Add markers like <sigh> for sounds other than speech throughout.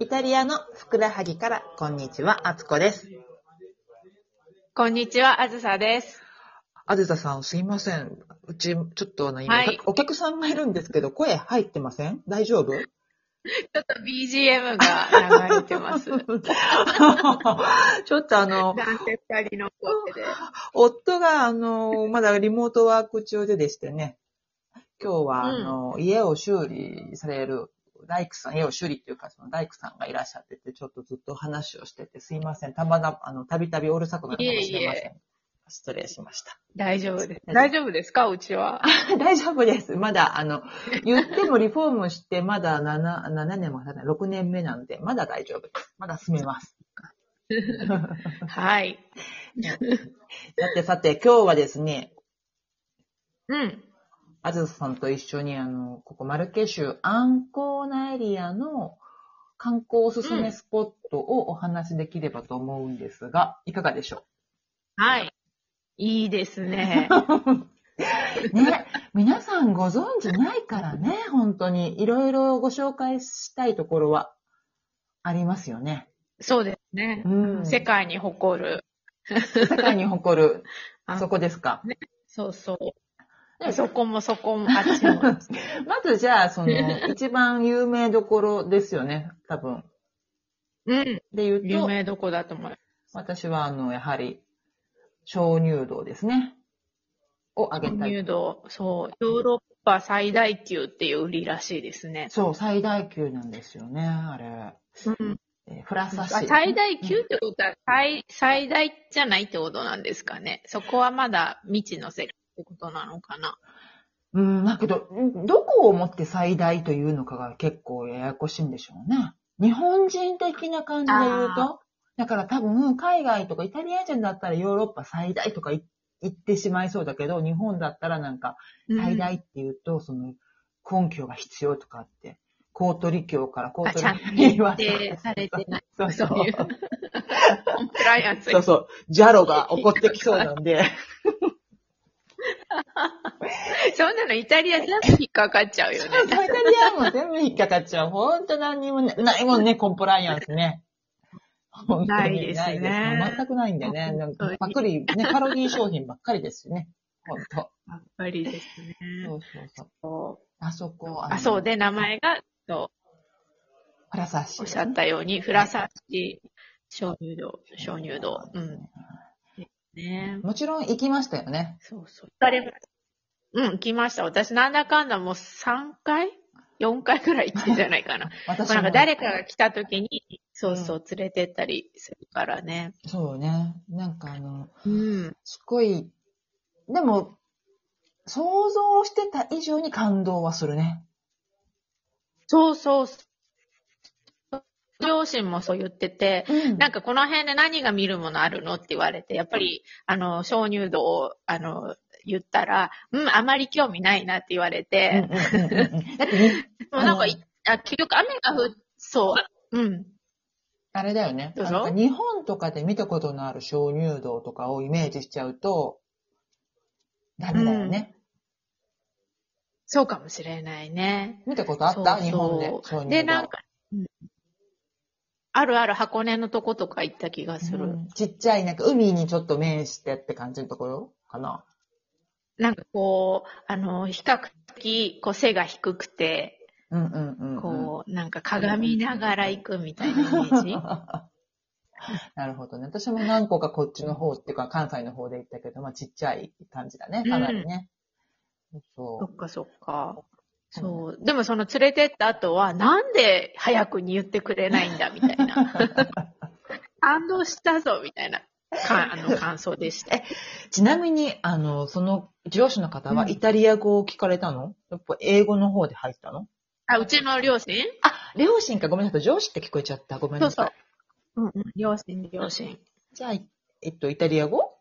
イタリアのふくらはぎから、こんにちは、あつこです。こんにちは、あずさです。あずささん、すいません。うち、ちょっとあの、今、はいお客さんがいるんですけど、声入ってません大丈 <laughs> 夫ちょっと BGM が流れてます。男ちょっとあの、性二人の声で。夫が、あの、まだリモートワーク中ででしてね、今日は、うんあの、家を修理される、大工さん、家を修理っていうか、その大工さんがいらっしゃってて、ちょっとずっと話をしてて、すいません。たまた、あの、たびたびうるさくなるかもしれません。いえ失礼しました。大丈夫です。大丈夫ですかうちは。 <laughs> 大丈夫です。まだ、あの、言ってもリフォームして、まだ7、7年も経たない、6年目なんで、まだ大丈夫です。まだ住めます。はい。さてさて、今日はですね、うん。あずささんと一緒に、あの、ここ、マルケ州アンコーナエリアの観光おすすめスポットをお話しできればと思うんですが、いかがでしょはい。いいです <laughs> ね。うね、皆さんご存知ないからね、本当に。いろいろご紹介したいところはありますよね。そうですね。うん世界に誇る。世界に誇る、あそこですか。そうそう。ねそこもそこもあっちも。まずじゃあ、その、一番有名どころですよね、多分。 <laughs> うん。で言うと、有名どこだと思う。私は、あの、やはり、鍾乳洞ですね。をあげたい。入道、そう、ヨーロッパ最大級っていう売りらしいですね。そう、最大級なんですよね、あうん。れ。えーフラサシ。あ最大級ってことは最、最大じゃないってことなんですかね。そこはまだ未知の世界ってことなのかな。うん、だけど、んどこをもって最大というのかが結構ややこしいんでしょうね。日本人的な感じで言うと、だから多分海外とかイタリア人だったらヨーロッパ最大とかい言ってしまいそうだけど、日本だったらなんか最大って言うと、その根拠が必要とかあって、公取教から公あ取ちゃんと平和認定されてない。そうそそういうう。。 <laughs> コンプライアンスそうそう。ジャロが怒ってきそうなんで。そんなのイタリア全部引っかかっちゃうよね。イタリアも全部引っかかっちゃう。ほんと何にもなないもん <laughs> ね、コンプライアンスね。本当ないにですねないです。全くないんだよね。なんか本当にパクリ、ね、カロリー商品ばっかりですよね。本当。やっぱりですね。そうそうそう。そうあそこ、あ、そうで。で、名前が、そプラサッシう、ーおっでしすゃね、ったように、フラサッシ、鍾乳洞、鍾乳洞。うん。ねもちろん行きましたよね。そうそう。行かれましたうん、来ました。私、なんだかんだもう3回 ?4 回くらい行ってんじゃないか <laughs> な。私まあもなんか誰かが来た時に、そうそう、連れてったりするからね。そうよね。なんかあの、うん。すごい、でも、想像してた以上に感動はするね。そうそうそう。両親もそう言ってて、うん <laughs> なんかこの辺で何が見るものあるのって言われて、やっぱり、あの、鍾乳洞を、あの、言ったら、うん、あまり興味ないなって言われうんうんて、うんうんうんだってね、でもなんかい、あ結局雨が降っ、そう、うん。あれだよね。どうぞなんか日本とかで見たことのある鍾乳洞とかをイメージしちゃうと、ダメだよね。そうかもしれないね。見たことあったそうそう日本で。鍾乳洞で、なんか、うんあるある箱根のとことか行った気がすうる。んちっちゃい、なんか海にちょっと面してって感じのところかな。なんかこう、あの、比較的、こう、背が低くて、うんうんうん、うん。こう、なんか鏡見ながら行くみたいなイメージ。 <laughs> なるほどね。私も何個かこっちの方っていうか関西の方で行ったけど、まあちっちゃい感じだね、かなりね。 <laughs> そそっかそっか。そう。でもその連れてった後は、なんで早くに言ってくれないんだ、みたい <laughs> な。感動したぞ、みたいな、かあの、感想でした。う。ちなみに、あの、その上司の方うはんイタリア語を聞かれたの、やっぱ英語の方で入ったのあ、うちの両親あ、両親か。ごめんなさい。上司って聞こえちゃった。ごめんそなうさそい。う。うんうん、両親、両親。じゃあ、いえっと、イタリア語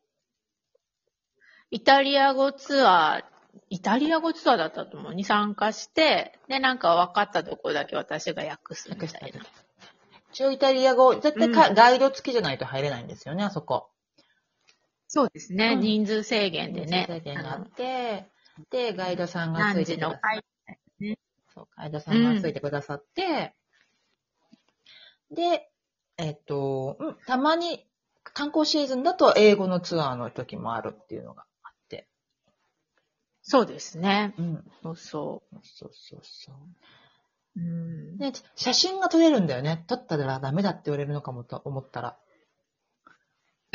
イタリア語ツアー、イタリア語ツアーだったと思うに参加して、で、なんか分かったとこだけ私が訳すみたいな。一応イタリア語、絶対か、ガイド付きじゃないと入れないんですよね、あそこ。そうですね。うん人数制限でね。制限がああのって、で、ガイドさんがつ何いて時くだのさ会そうガイドさんがついてくださって、で、えっと、うんたまに観光シーズンだと英語のツアーの時もあるっていうのがあって。そうですね。うん。そうそそうそうそう。う。うん。で、写真が撮れるんだよね。撮ったらダメだって言われるのかもと思ったら。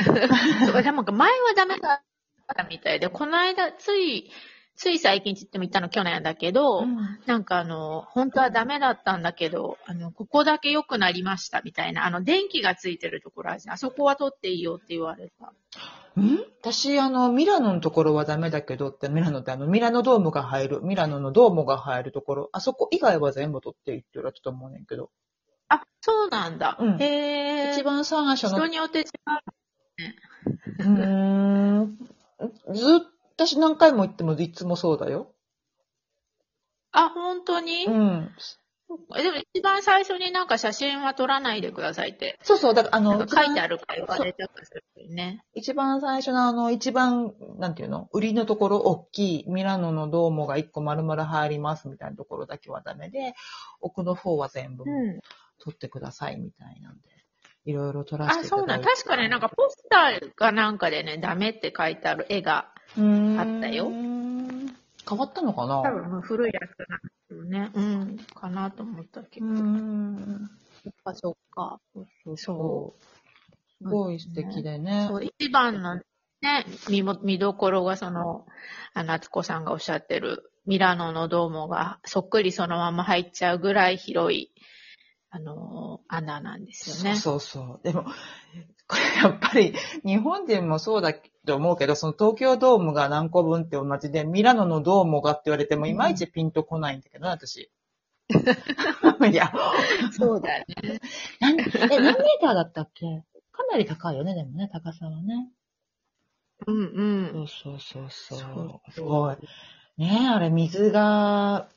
そうでも前はダメだったみたいで、この間、つい、つい最近って言っても行ったの去年だけど、なんかあの、本当はダメだったんだけど、あの、ここだけ良くなりましたみたいな、あの、電気がついてるところあるじゃん。あそこは取っていいよって言われた。うん私、あの、ミラノのところはダメだけどって、ミラノってあの、ミラノドームが入る、ミラノのドームが入るところ、あそこ以外は全部取っていいって言われたと思うねんけど。あ、そうなんだ。うんへえ。一番最初人の、によって違う。うーん、ずっと、私何回も行ってもいつもそうだよ。あ、本当に、うん。でも一番最初になんか写真は撮らないでくださいって、そうそう、だからあなの、んか書いてあるから言われたからするよね。一番最初のあの、一番、なんていうの売りのところ、大きい、ミラノのドームが一個丸々入りますみたいなところだけはダメで、奥の方は全部うん。取ってくださいみたいなんで、いろいろ取らせあ、ていただそうないんて。だ確かね、なんかポスターかなんかでね、ダメって書いてある絵が、うーんあったよ変わったのかな多分もう古いやつなんですよね。うん。かなと思ったけど。うーん。あ、そっか。そうそうそそう。すごい素敵でね。そう一番のね、見も見どころがその、あ夏子さんがおっしゃってる、ミラノのドームがそっくりそのまま入っちゃうぐらい広い、あのー穴なんですよね。そうそうそう。でも、これやっぱり日本人もそうだと思うけど、その東京ドームが何個分って同じで、ミラノのドームがって言われてもいまいちピンとこないんだけどな、 <laughs> 私。いや、そうだね。何、え、何メーターだったっけかなり高いよね、でもね、高さはね。うんうそん。うそうそうそう。そうすごい。ねえ、あれ水が、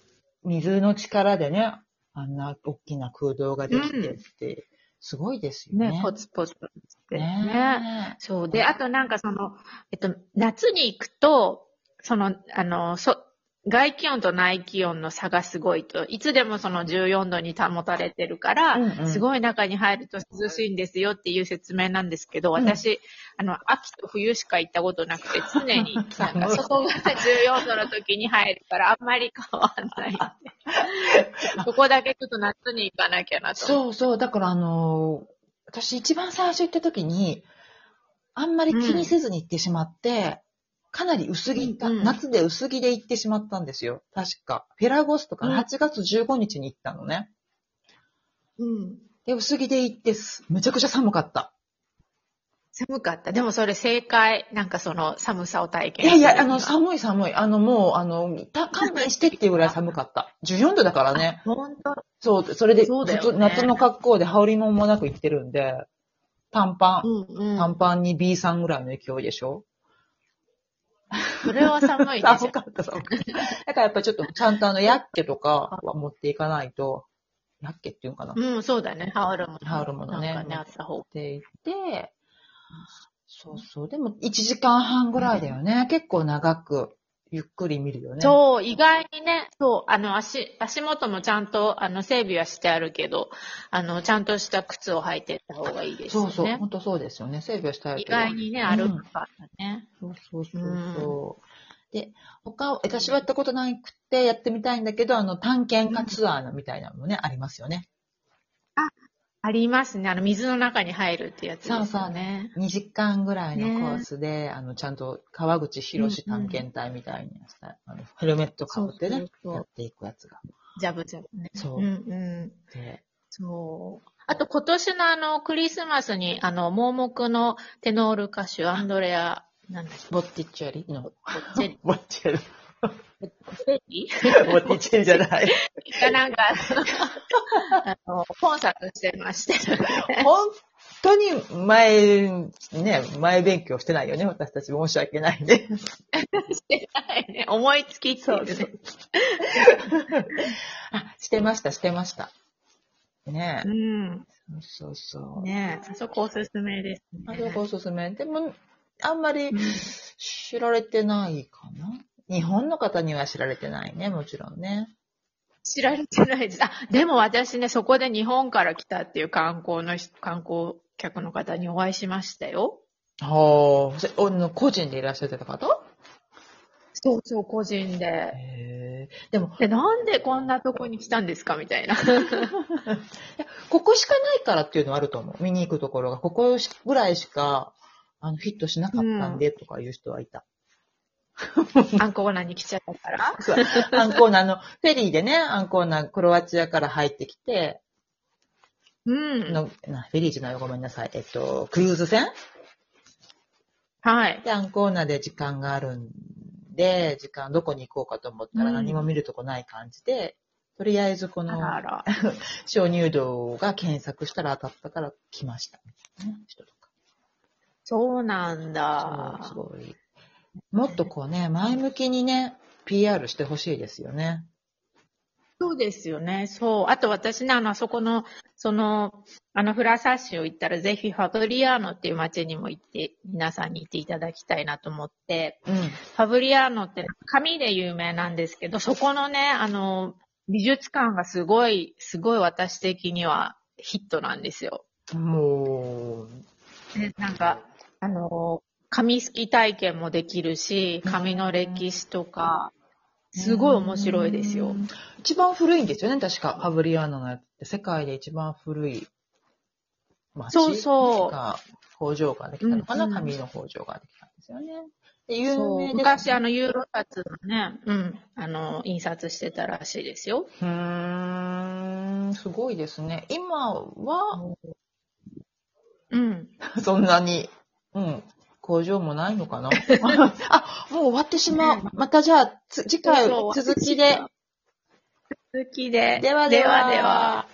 水の力でね、あんな大きな空洞ができてって、すごいですよね。ね、ポツポツってね。ねそう。で、あとなんかその、えっと、夏に行くと、その、あの、そ、外気温と内気温の差がすごいと、いつでもその14度に保たれてるから、うんうんすごい中に入ると涼しいんですよっていう説明なんですけど、ん私、あの、秋と冬しか行ったことなくて、常に、なんか寒 <laughs> い外が14度の時に入るから、あんまり変わん <laughs> ないって。ここだけちょっと夏に行かなきゃなと思って。そうそう、だからあのー私一番最初行った時に、あんまり気にせずに行ってしまって、かなり薄着、うんうん夏で薄着で行ってしまったんですよ。確か。フェラゴスとかうん8月15日に行ったのね。うん。で、薄着で行ってす、めちゃくちゃ寒かった。寒かった。でもそれ正解。なんかその寒さを体験いやいや、あの、寒寒い寒い。あの、もう、あの、た勘弁してっていうぐらい寒かった。14度だからね。本当そう、それで、そうだよね普通夏の格好で羽織もんもなく行ってるんで、短パン、うんう短ん。パンに B さんぐらいの勢いでしょそれは <laughs> 寒いでし寒ょ。かった、寒かった。だからやっぱちょっと、ちゃんとあの、ヤッケとかは持っていかないと、ヤッケっていうのかなっうん、そうだね。羽織るもの。羽織るものねなんかね、あった方が。ていて、そうそう。でも、1時間半ぐらいだよね。結構長く、ゆっくり見るよね。う。そう、意外にね、そう、あの、足、足元もちゃんと、あの、整備はしてあるけど、あの、ちゃんとした靴を履いてった方がいいですよそうね。そう。ほんとそうですよね。整備をしたい意けど外にね、うん歩くからね。そうそうそうそう。で、他、私はやったことなくてやってみたいんだけど、あの、探検家ツアーのみたいなのもね、ありますよね。ありますね。あの、水の中に入るってやつですよね。 2時間ぐらいのねコースで、あの、ちゃんと川口博士探検隊みたいにした、あのヘルメットかぶってねそうそうそうやっていくやつが。ジャブジャブね。そううんうん。で、そう。あと今年のあの、クリスマスに、あの、盲目のテノール歌手、アンドレア、なんだっボッティチェリの、け、ジェボッティチェリーェリ、ボッティチェリじゃない。がなんか、あの、コンサートしてまして。 <laughs> 本当に前、ね、前勉強してないよね、私たち申し訳ないね。 <laughs> してないね。思いつきっていうね。。。そうあ、してました、してました。ねえ。そうそううんねえ、あそこおすすめですね。あそこおすすめ。でも、あんまり知られてないかな。日本の方には知られてないね、もちろんね。知られてないです。あ、でも私ね、そこで日本から来たっていう観光の人、観光客の方にお会いしましたよ。はあ、それあの個人でいらっしゃってた方そうそう、個人で。へえ。でも、で、なんでこんなとこに来たんですかみた <laughs> いな。ここしかないからっていうのはあると思う。見に行くところが、ここしぐらいしか、あの、ヒットしなかったんで、とかいう人はいた。アンコーナーに来ちゃったから。そうアンコーナーの、フェリーでね、アンコーナー、クロアチアから入ってきて、うん。のなフェリーじゃないよ、ごめんなさい。えっと、クルーズ船はい。で、アンコーナーで時間があるんで、時間どこに行こうかと思ったらうん何も見るとこない感じで、とりあえずこあのらあら。鍾乳洞が検索したら当たったから来ました。ね人とそうなんかそうだ。すごい。もっとこうね、前向きにね、PR してほしいですよね。そうですよね。そう。あと私ね、あの、あそこの、その、あの、フラサッシュを行ったら、ぜひファブリアーノっていう街にも行って、皆さんに行っていただきたいなと思って、うん。ファブリアーノって紙で有名なんですけど、そこのね、あの、美術館がすごい、すごい私的にはヒットなんですよ。もう、でなんか、あの、紙すき体験もできるし、紙の歴史とか、すごい面白いですよ。。一番古いんですよね、確か。ファブリアーノのやつって、世界で一番古い町そうそうが工場ができたのかな、うんうん紙の工場ができたんですよね。で有そう名です、ね。昔、あの、ユーロ札のね、うん、あの、印刷してたらしいですよ。うーん、すごいですね。今は、うん。 <laughs> そんなに、うん、工場もないのか <laughs> なあ、もう終わってしまう。またじゃあ、つ次回、続きで。続きで。ではではではでは